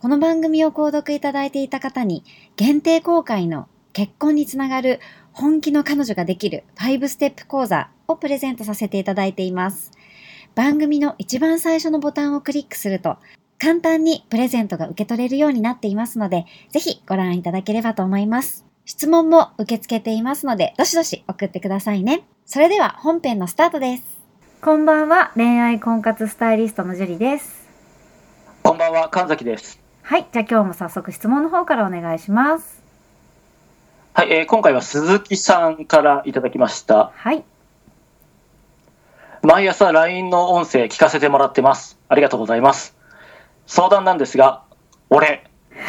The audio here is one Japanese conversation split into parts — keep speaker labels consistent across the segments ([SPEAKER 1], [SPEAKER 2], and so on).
[SPEAKER 1] この番組を購読いただいていた方に限定公開の結婚につながる本気の彼女ができる5ステップ講座をプレゼントさせていただいています。番組の一番最初のボタンをクリックすると簡単にプレゼントが受け取れるようになっていますので、ぜひご覧いただければと思います。質問も受け付けていますので、どしどし送ってくださいね。それでは本編のスタートです。こんばんは、恋愛婚活スタイリストのジュリです。
[SPEAKER 2] こんばんは、神崎です。
[SPEAKER 1] はい、じゃあ今日も早速質問の方からお願いします。
[SPEAKER 2] はい、えー今回は鈴木さんからいただきました。
[SPEAKER 1] はい、
[SPEAKER 2] 毎朝 LINE の音声聞かせてもらってます。ありがとうございます。相談なんですが、俺、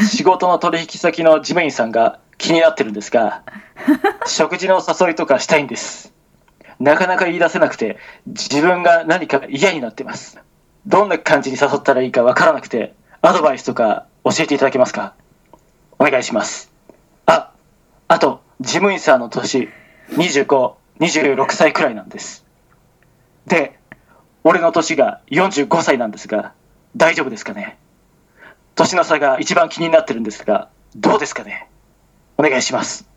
[SPEAKER 2] 仕事の取引先の事務員さんが気になってるんですが、食事の誘いとかしたいんです。なかなか言い出せなくて、自分が何か嫌になってます。どんな感じに誘ったらいいかわからなくて、アドバイスとか教えていただけますかお願いします。あ、あと、事務員さんの年、25、26歳くらいなんです。で、俺の年が45歳なんですが、大丈夫ですかね年の差が一番気になってるんですが、どうですかねお願いします。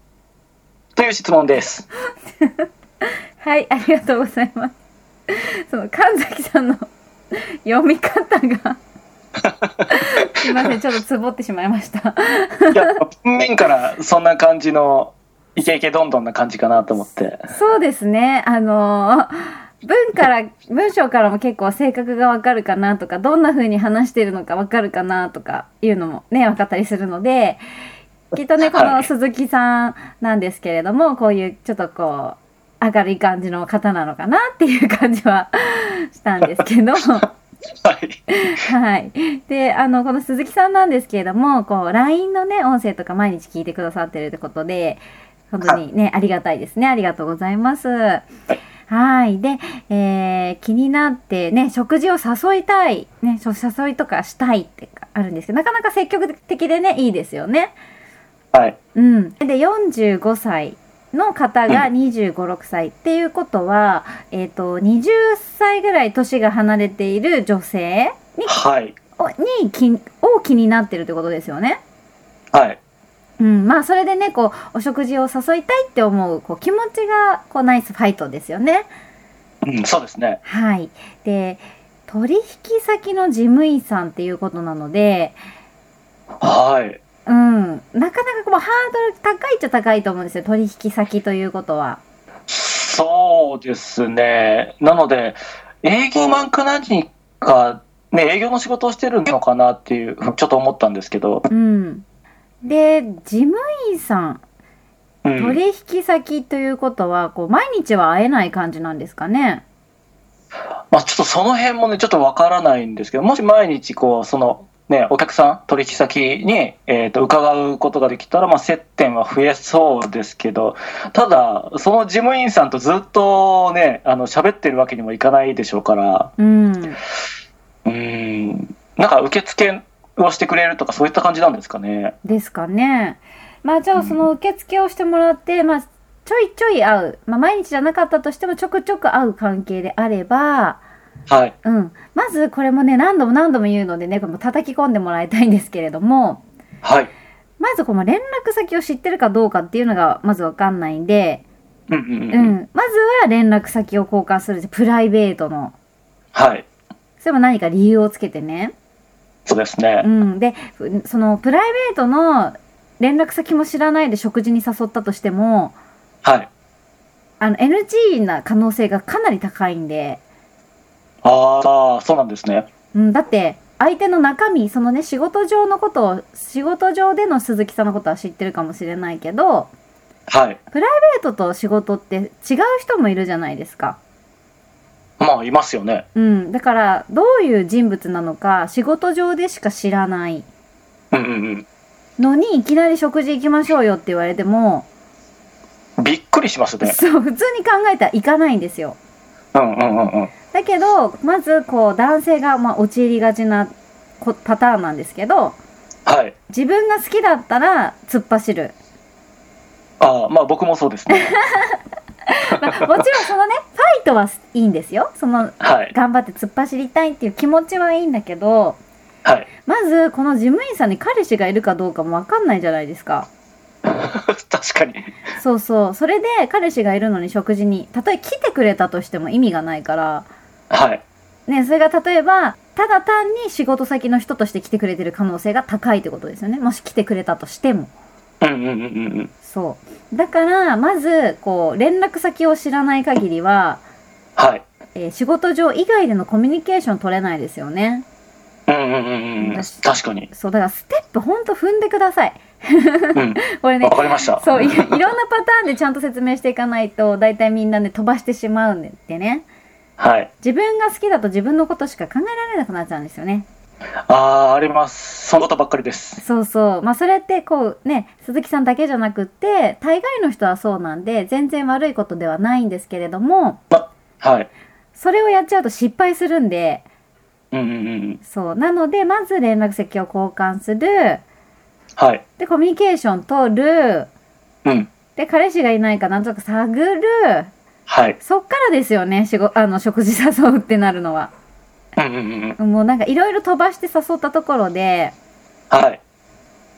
[SPEAKER 2] という質問です。
[SPEAKER 3] はい、ありがとうございます。その神崎さんの 読み方がすいません、ちょっとつぼってしまいました。
[SPEAKER 2] いや、文面からそんな感じの、イケイケどんどんな感じかなと思って。
[SPEAKER 3] そうですね。あの文から文章からも結構性格がわかるかなとか、どんな風に話してるのかわかるかなとかいうのもねわかったりするので、きっとねこ
[SPEAKER 2] は
[SPEAKER 3] の
[SPEAKER 2] い
[SPEAKER 3] 鈴木さんなんですけれども、こういうちょっとこう明るい感じの方なのかなっていう感じはしたんですけど。
[SPEAKER 2] はい。
[SPEAKER 3] はい。で、あの、この鈴木さんなんですけれども、こう、LINE のね、音声とか毎日聞いてくださってるってことで、本当にね、ありがたいですね。ありがとうございます。はい。で、えー気になってね、食事を誘いたい、ね、そ誘いとかしたいってあるんですけど、なかなか積極的でね、いいですよね。
[SPEAKER 2] はい。
[SPEAKER 3] うん。で、45歳の方が25、6歳っていうことは、えっ、と、20歳ぐらい年が離れている女性
[SPEAKER 2] はい。
[SPEAKER 3] をに気にを気になってるってことですよね。
[SPEAKER 2] はい。
[SPEAKER 3] うん、まあそれでねこうお食事を誘いたいって思うこう気持ちがこうナイスファイトですよね。
[SPEAKER 2] うん、そうですね。
[SPEAKER 3] はい、で取引先の事務員さんっていうことなので、
[SPEAKER 2] はい。
[SPEAKER 3] うん、なかなかこうハードル高いっちゃ高いと思うんですよ取引先ということは。
[SPEAKER 2] そうですね。なので、営業マンか何か、ね、営業の仕事をしてるのかなっていう、ちょっと思ったんですけど。
[SPEAKER 3] うん、で事務員さん
[SPEAKER 2] うん、
[SPEAKER 3] 取引先ということはこう毎日は会えない感じなんですかね。
[SPEAKER 2] まあちょっとその辺もね、ちょっとわからないんですけど、もし毎日こう、その、ね、お客さん、取引先に、えー、と伺うことができたら、まあ、接点は増えそうですけど、ただ、その事務員さんとずっとね、あの喋ってるわけにもいかないでしょうから、
[SPEAKER 3] うん
[SPEAKER 2] うーん、なんか受付をしてくれるとか、そういった感じなんですかね。
[SPEAKER 3] ですかね。まあじゃ
[SPEAKER 2] う
[SPEAKER 3] あ
[SPEAKER 2] ん
[SPEAKER 3] その受付をしてもらって、まあちょいちょい会う。まあ毎日じゃなかったとしてもちょくちょく会う関係であれば、
[SPEAKER 2] はい。
[SPEAKER 3] うん。まずこれもね、何度も何度も言うのでね、これも叩き込んでもらいたいんですけれども、
[SPEAKER 2] はい。
[SPEAKER 3] まずこの連絡先を知ってるかどうかっていうのがまずわかんないんで、
[SPEAKER 2] うんうん
[SPEAKER 3] う
[SPEAKER 2] うんうん。
[SPEAKER 3] ん。まずは連絡先を交換する。プライベートの。
[SPEAKER 2] はい。
[SPEAKER 3] それも何か理由をつけてね。
[SPEAKER 2] そうですね
[SPEAKER 3] う。ん、でふそのプライベートの連絡先も知らないで食事に誘ったとしても
[SPEAKER 2] はい。
[SPEAKER 3] ああの NG な可能性がかなり高いんで、
[SPEAKER 2] ああ、そうなんですね。
[SPEAKER 3] うん、だって相手の中身そのね仕事上のことを仕事上での鈴木さんのことは知ってるかもしれないけど
[SPEAKER 2] はい。
[SPEAKER 3] デートと仕事って違う人もいるじゃないですか。
[SPEAKER 2] まあ、いますよね。
[SPEAKER 3] うん、だからどういう人物なのか仕事上でしか知らない
[SPEAKER 2] うんうん
[SPEAKER 3] のにいきなり食事行きましょうよって言われても、
[SPEAKER 2] うん。びっくりしますね。
[SPEAKER 3] そう普通に考えたら行かないんですよ。
[SPEAKER 2] うんうんうんうん。
[SPEAKER 3] だけどまずこう男性がまあ陥りがちなこパターンなんですけど
[SPEAKER 2] はい。
[SPEAKER 3] 自分が好きだったら突っ走る、
[SPEAKER 2] ああ、まあ僕もそうですね。
[SPEAKER 3] まあ、もちろんそのね ファイトはいいんですよその
[SPEAKER 2] はい。
[SPEAKER 3] 頑張って突っ走りたいっていう気持ちはいいんだけど
[SPEAKER 2] はい。
[SPEAKER 3] まずこの事務員さんに彼氏がいるかどうかも分かんないじゃないですか
[SPEAKER 2] 確かに。
[SPEAKER 3] そうそうそれで彼氏がいるのに食事にたとえ来てくれたとしても意味がないから
[SPEAKER 2] はい。
[SPEAKER 3] ねそれが例えばただ単に仕事先の人として来てくれてる可能性が高いってことですよねもし来てくれたとしても
[SPEAKER 2] うんうんうんうんうん。
[SPEAKER 3] そうだからまずこう連絡先を知らない限りは、
[SPEAKER 2] はい。
[SPEAKER 3] えー仕事上以外でのコミュニケーション取れないですよね
[SPEAKER 2] うんうんうんうん。確かに。
[SPEAKER 3] そうだからステップほんと踏んでください
[SPEAKER 2] うん。
[SPEAKER 3] これね
[SPEAKER 2] わかりました。
[SPEAKER 3] そういいろんなパターンでちゃんと説明していかないと大体みんなね飛ばしてしまうんでね
[SPEAKER 2] はい。
[SPEAKER 3] 自分が好きだと自分のことしか考えられなくなっちゃうんですよね
[SPEAKER 2] ああ、あります。そのことばっかりです。
[SPEAKER 3] そうそうまあそれってこうね鈴木さんだけじゃなくって大概の人はそうなんで全然悪いことではないんですけれども
[SPEAKER 2] はい。
[SPEAKER 3] それをやっちゃうと失敗するんで
[SPEAKER 2] うんうんうんうん。
[SPEAKER 3] そうなのでまず連絡先を交換する
[SPEAKER 2] はい。
[SPEAKER 3] でコミュニケーション取る
[SPEAKER 2] うん。
[SPEAKER 3] で彼氏がいないかなんとなく探る
[SPEAKER 2] はい。
[SPEAKER 3] そっからですよね仕事あの食事誘うってなるのは
[SPEAKER 2] うんうんうんうん。
[SPEAKER 3] もうなんかいろいろ飛ばして誘ったところで
[SPEAKER 2] はい。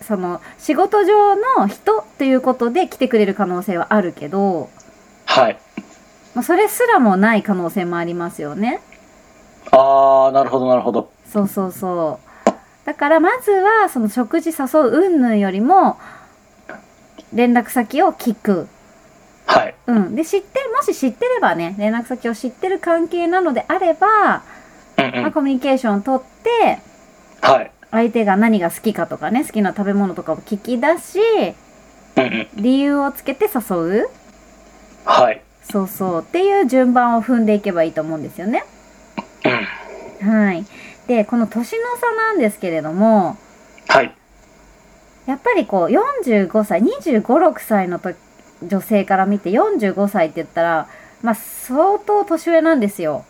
[SPEAKER 3] その仕事上の人ということで来てくれる可能性はあるけど、
[SPEAKER 2] はい。
[SPEAKER 3] まあ、それすらもない可能性もありますよね
[SPEAKER 2] ああ、なるほどなるほど。
[SPEAKER 3] そうそうそうだからまずはその食事誘う云々よりも連絡先を聞く
[SPEAKER 2] はい。
[SPEAKER 3] うん、で知ってもし知ってればね連絡先を知ってる関係なのであれば、
[SPEAKER 2] うんう
[SPEAKER 3] まあ、
[SPEAKER 2] ん。
[SPEAKER 3] コミュニケーションを取って
[SPEAKER 2] はい。
[SPEAKER 3] 相手が何が好きかとかね好きな食べ物とかを聞き出し
[SPEAKER 2] うんうん。
[SPEAKER 3] 理由をつけて誘う
[SPEAKER 2] はい。
[SPEAKER 3] そうそうっていう順番を踏んでいけばいいと思うんですよね。
[SPEAKER 2] うん。
[SPEAKER 3] はい、でこの年の差なんですけれども
[SPEAKER 2] はい。
[SPEAKER 3] やっぱりこう45歳2 5 6歳のと女性から見て45歳って言ったら、まあ、相当年上なんですよ。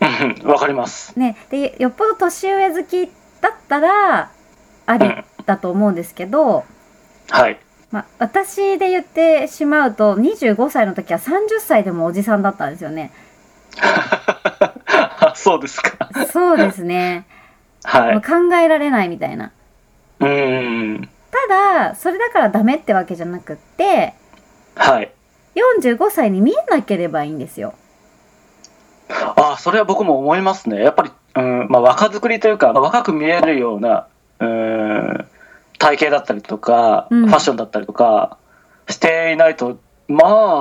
[SPEAKER 2] うんうん。わかります。
[SPEAKER 3] ね、でよっぽど年上好きだったらあ
[SPEAKER 2] う
[SPEAKER 3] り
[SPEAKER 2] ん。
[SPEAKER 3] だと思うんですけど、
[SPEAKER 2] はい。
[SPEAKER 3] まあ、私で言ってしまうと25歳の時は30歳でもおじさんだったんです よね。
[SPEAKER 2] そうですか。
[SPEAKER 3] そうですね、
[SPEAKER 2] は
[SPEAKER 3] もう
[SPEAKER 2] い。
[SPEAKER 3] 考えられないみたいな。
[SPEAKER 2] うんうんうん。
[SPEAKER 3] ただそれだからダメってわけじゃなくって
[SPEAKER 2] はい。
[SPEAKER 3] 45歳に見えなければいいんですよ。
[SPEAKER 2] ああ、それは僕も思いますね。やっぱり、うん、まあ若作りというか、若く見えるような、うん、体型だったりとか、
[SPEAKER 3] うん
[SPEAKER 2] ファッションだったりとか、していないと、ま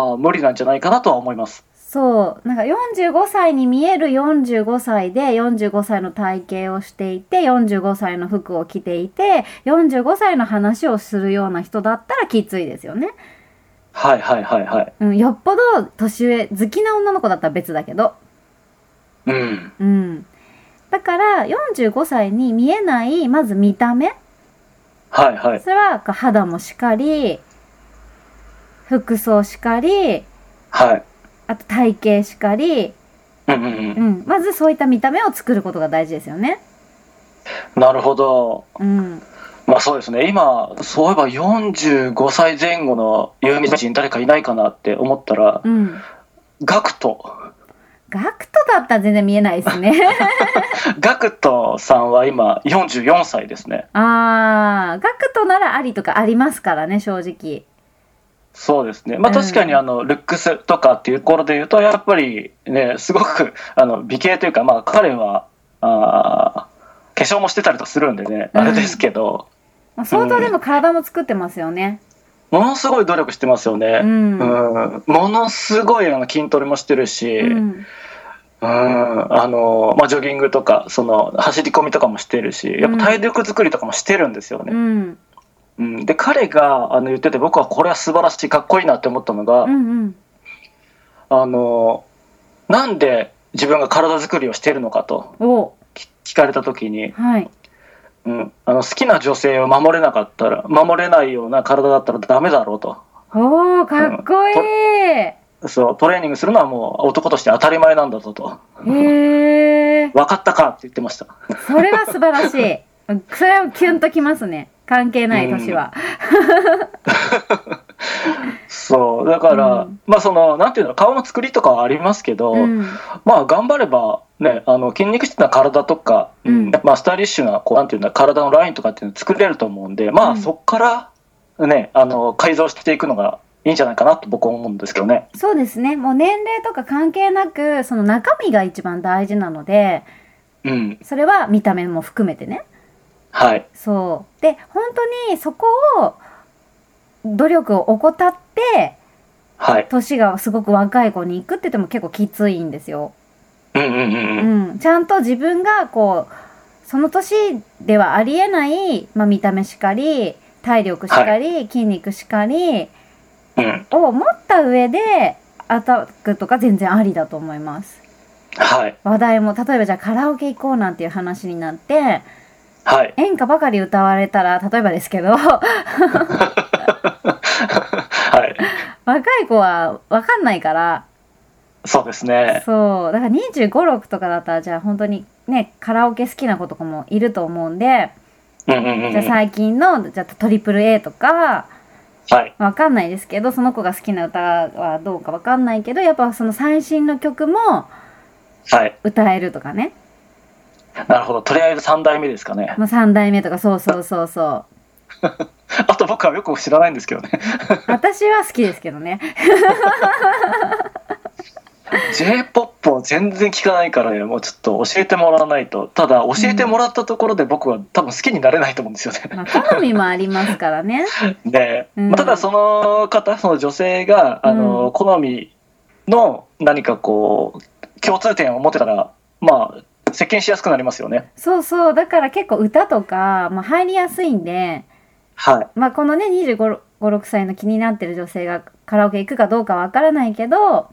[SPEAKER 2] あ、無理なんじゃないかなとは思います。
[SPEAKER 3] そうなんか45歳に見える45歳で45歳の体型をしていて45歳の服を着ていて45歳の話をするような人だったらきついですよね、
[SPEAKER 2] はいはいはいはい。
[SPEAKER 3] うん、よっぽど年上好きな女の子だったら別だけど、
[SPEAKER 2] うん。
[SPEAKER 3] うん、だから45歳に見えないまず見た目
[SPEAKER 2] はいはい。
[SPEAKER 3] それはこう肌もしかり服装しかり
[SPEAKER 2] はい。
[SPEAKER 3] あと体型しかり、
[SPEAKER 2] うんうんう。
[SPEAKER 3] うんん、まずそういった見た目を作ることが大事ですよね。
[SPEAKER 2] なるほど。
[SPEAKER 3] うん
[SPEAKER 2] まあそうですね。今、そういえば45歳前後の有名人誰かいないかなって思ったら、
[SPEAKER 3] うん。
[SPEAKER 2] ガクト。
[SPEAKER 3] ガクトだったら全然見えないですね。
[SPEAKER 2] ガクトさんは今44歳ですね。
[SPEAKER 3] ああ、ガクトならありとかありますからね、正直。
[SPEAKER 2] そうですね。まあ
[SPEAKER 3] うん
[SPEAKER 2] 確かにあの、ルックスとかっていうところで言うと、やっぱりね、すごく、あの、美形というか、まあ彼は、あー化粧もしてたりとかするんでね、あれですけど、
[SPEAKER 3] まあ、相当でも体も作ってますよね。
[SPEAKER 2] ものすごい努力してますよ
[SPEAKER 3] う。
[SPEAKER 2] ね。うん
[SPEAKER 3] うん
[SPEAKER 2] ん、ものすごいあの筋トレもしてるし、うん、あの、まあ、ジョギングとか、その、走り込みとかもしてるし、やっぱ体力作りとかもしてるんですよ
[SPEAKER 3] う
[SPEAKER 2] ね。
[SPEAKER 3] ん。
[SPEAKER 2] うんで、彼があの言ってて、僕はこれは素晴らしい、かっこいいなって思ったのが、
[SPEAKER 3] うんうん。
[SPEAKER 2] あの、なんで自分が体作りをしてるのかと
[SPEAKER 3] お
[SPEAKER 2] 聞聞かれた時に、
[SPEAKER 3] はい。
[SPEAKER 2] うん、あの好きな女性を守れなかったら守れないような体だったらダメだろうと
[SPEAKER 3] おー、かっこいい。
[SPEAKER 2] そうトレーニングするのはもう男として当たり前なんだぞと
[SPEAKER 3] へえ。
[SPEAKER 2] 分かったかって言ってました
[SPEAKER 3] それは素晴らしい。 それはキュンときますね。関係ない年は。
[SPEAKER 2] そうだから、
[SPEAKER 3] うん
[SPEAKER 2] まあそのなんていうの顔の作りとかはありますけど、
[SPEAKER 3] うん。
[SPEAKER 2] まあ頑張ればねあの筋肉質な体とか、
[SPEAKER 3] うん
[SPEAKER 2] まあ、スタイリッシュなこうなんていうんだ体のラインとかっていうの作れると思うんでま
[SPEAKER 3] う
[SPEAKER 2] あ
[SPEAKER 3] ん
[SPEAKER 2] そこからねあの改造していくのがいいんじゃないかなと僕は思うんですけどね。
[SPEAKER 3] そうですね。もう年齢とか関係なく、その中身が一番大事なので、
[SPEAKER 2] うん、
[SPEAKER 3] それは見た目も含めてね。
[SPEAKER 2] はい、
[SPEAKER 3] そう。で、本当にそこを、努力を怠って、
[SPEAKER 2] はい、
[SPEAKER 3] 年がすごく若い子に行くって言っても結構きついんですよ。
[SPEAKER 2] うんうんうんうん
[SPEAKER 3] うん。ちゃんと自分が、こう、その年ではありえない、まあ見た目しかり、体力しかり、筋肉しかり、
[SPEAKER 2] うん
[SPEAKER 3] を持った上で、アタックとか全然ありだと思います。
[SPEAKER 2] はい
[SPEAKER 3] 話題も、例えばじゃあカラオケ行こうなんていう話になって、
[SPEAKER 2] はい
[SPEAKER 3] 演歌ばかり歌われたら、例えばですけど、
[SPEAKER 2] はい
[SPEAKER 3] 若い子はわかんないから、
[SPEAKER 2] そうですね
[SPEAKER 3] そう。だから25、6とかだったら、じゃあ本当にね、カラオケ好きな子とかもいると思うんで、
[SPEAKER 2] うんうんうん
[SPEAKER 3] じゃあ最近の、じゃあトリプル A とか、
[SPEAKER 2] はい
[SPEAKER 3] わかんないですけど、その子が好きな歌はどうかわかんないけど、やっぱその最新の曲も
[SPEAKER 2] はい
[SPEAKER 3] 歌えるとかね。
[SPEAKER 2] なるほどとりあえず3代目ですかね
[SPEAKER 3] まあ3代目とか、そうそうそうそう。
[SPEAKER 2] あと僕はよく知らないんですけどね
[SPEAKER 3] 私は好きですけどね。
[SPEAKER 2] j p o p を全然聞かないからねもうちょっと教えてもらわないとただ教えてもらったところで僕は多分好きになれないと思うんですよ ね
[SPEAKER 3] まあ好みもありますからね。
[SPEAKER 2] で、
[SPEAKER 3] うん
[SPEAKER 2] まあただその方その女性があの、
[SPEAKER 3] うん
[SPEAKER 2] 好みの何かこう共通点を持ってたらまあ接近しやすくなりますよね
[SPEAKER 3] そうそう。だから結構歌とか、まあ入りやすいんで、
[SPEAKER 2] はい
[SPEAKER 3] まあこのね、25、6歳の気になってる女性がカラオケ行くかどうかわからないけど、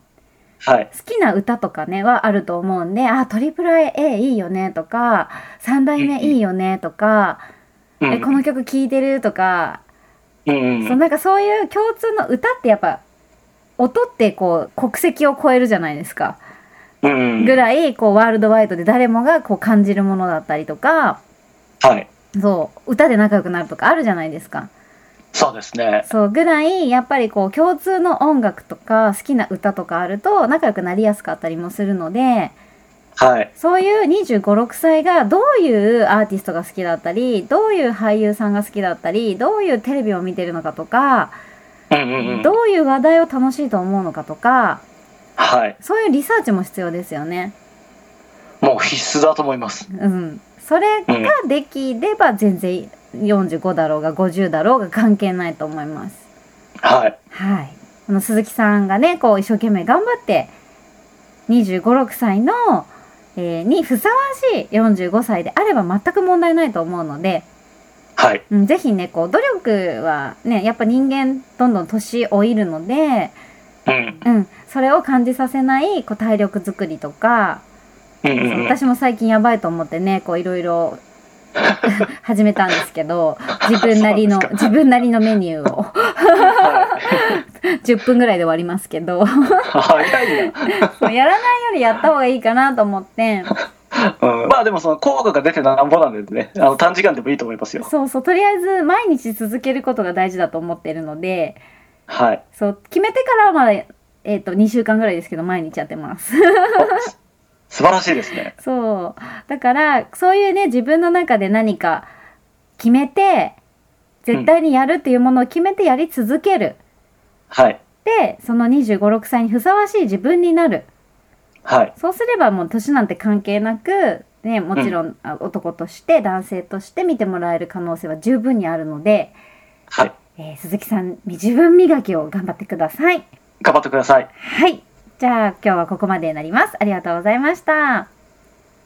[SPEAKER 2] はい
[SPEAKER 3] 好きな歌とかねはあると思うんで、あ、トリプル A いいよねとか、三代目いいよねとか、
[SPEAKER 2] うん
[SPEAKER 3] え、この曲聴いてるとか、
[SPEAKER 2] うん
[SPEAKER 3] そうなんかそういう共通の歌ってやっぱ、音ってこう国籍を超えるじゃないですか。
[SPEAKER 2] うん
[SPEAKER 3] ぐらいこうワールドワイドで誰もがこう感じるものだったりとか、
[SPEAKER 2] はい
[SPEAKER 3] そう、歌で仲良くなるとかあるじゃないですか。
[SPEAKER 2] そうですね
[SPEAKER 3] そう、ぐらいやっぱりこう共通の音楽とか好きな歌とかあると仲良くなりやすかったりもするので、
[SPEAKER 2] はい
[SPEAKER 3] そういう25、6歳がどういうアーティストが好きだったり、どういう俳優さんが好きだったり、どういうテレビを見てるのかとか、
[SPEAKER 2] うんうんうん
[SPEAKER 3] どういう話題を楽しいと思うのかとか、
[SPEAKER 2] はい
[SPEAKER 3] そういうリサーチも必要ですよね。
[SPEAKER 2] もう必須だと思います
[SPEAKER 3] うん。それができれば全然45だろうが50だろうが関係ないと思います。
[SPEAKER 2] はい
[SPEAKER 3] はい。この鈴木さんがね、こう一生懸命頑張って、25、6歳の、えーにふさわしい45歳であれば全く問題ないと思うので、
[SPEAKER 2] はい
[SPEAKER 3] うん、ぜひね、こう、努力はね、やっぱ人間どんどん年老いるので、
[SPEAKER 2] うん
[SPEAKER 3] うん、それを感じさせない、こう、体力作りとか、
[SPEAKER 2] うんう
[SPEAKER 3] そうん
[SPEAKER 2] うん
[SPEAKER 3] 私も最近やばいと思ってね、こう、いろいろ 始めたんですけど、自分なりの、
[SPEAKER 2] そうです
[SPEAKER 3] 自分なりのメニューを
[SPEAKER 2] はい
[SPEAKER 3] 10分ぐらいで終わります けど、
[SPEAKER 2] 早いな、
[SPEAKER 3] そうやらないよりやった方がいいかなと思って、
[SPEAKER 2] うん、まあでもその効果が出てなんぼなんでねあの短時間でもいいと思いますよ
[SPEAKER 3] そうそう、とりあえず毎日続けることが大事だと思ってるので、
[SPEAKER 2] はい
[SPEAKER 3] そう、決めてからはまだ、えっ、と、2週間ぐらいですけど、毎日やってます。
[SPEAKER 2] おす素晴らしいですね
[SPEAKER 3] そう。だから、そういうね、自分の中で何か決めて、絶対にやるっていうものを決めてやり続ける。
[SPEAKER 2] はい
[SPEAKER 3] で、その25、6歳にふさわしい自分になる。
[SPEAKER 2] はい
[SPEAKER 3] そうすればもう年なんて関係なく、ね、もちろん、あ男として、男性として見てもらえる可能性は十分にあるので、
[SPEAKER 2] はい
[SPEAKER 3] えー鈴木さん、自分磨きを頑張ってください。
[SPEAKER 2] 頑張ってください。
[SPEAKER 3] はい。じゃあ今日はここまでになります。ありがとうございました。
[SPEAKER 2] あ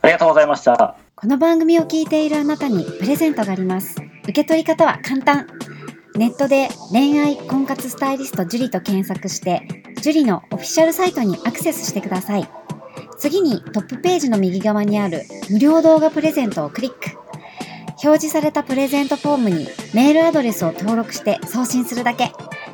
[SPEAKER 2] りがとうございました。
[SPEAKER 1] この番組を聞いているあなたにプレゼントがあります。受け取り方は簡単。ネットで恋愛婚活スタイリスト樹と検索して、樹のオフィシャルサイトにアクセスしてください。次にトップページの右側にある無料動画プレゼントをクリック。表示されたプレゼントフォームにメールアドレスを登録して送信するだけ。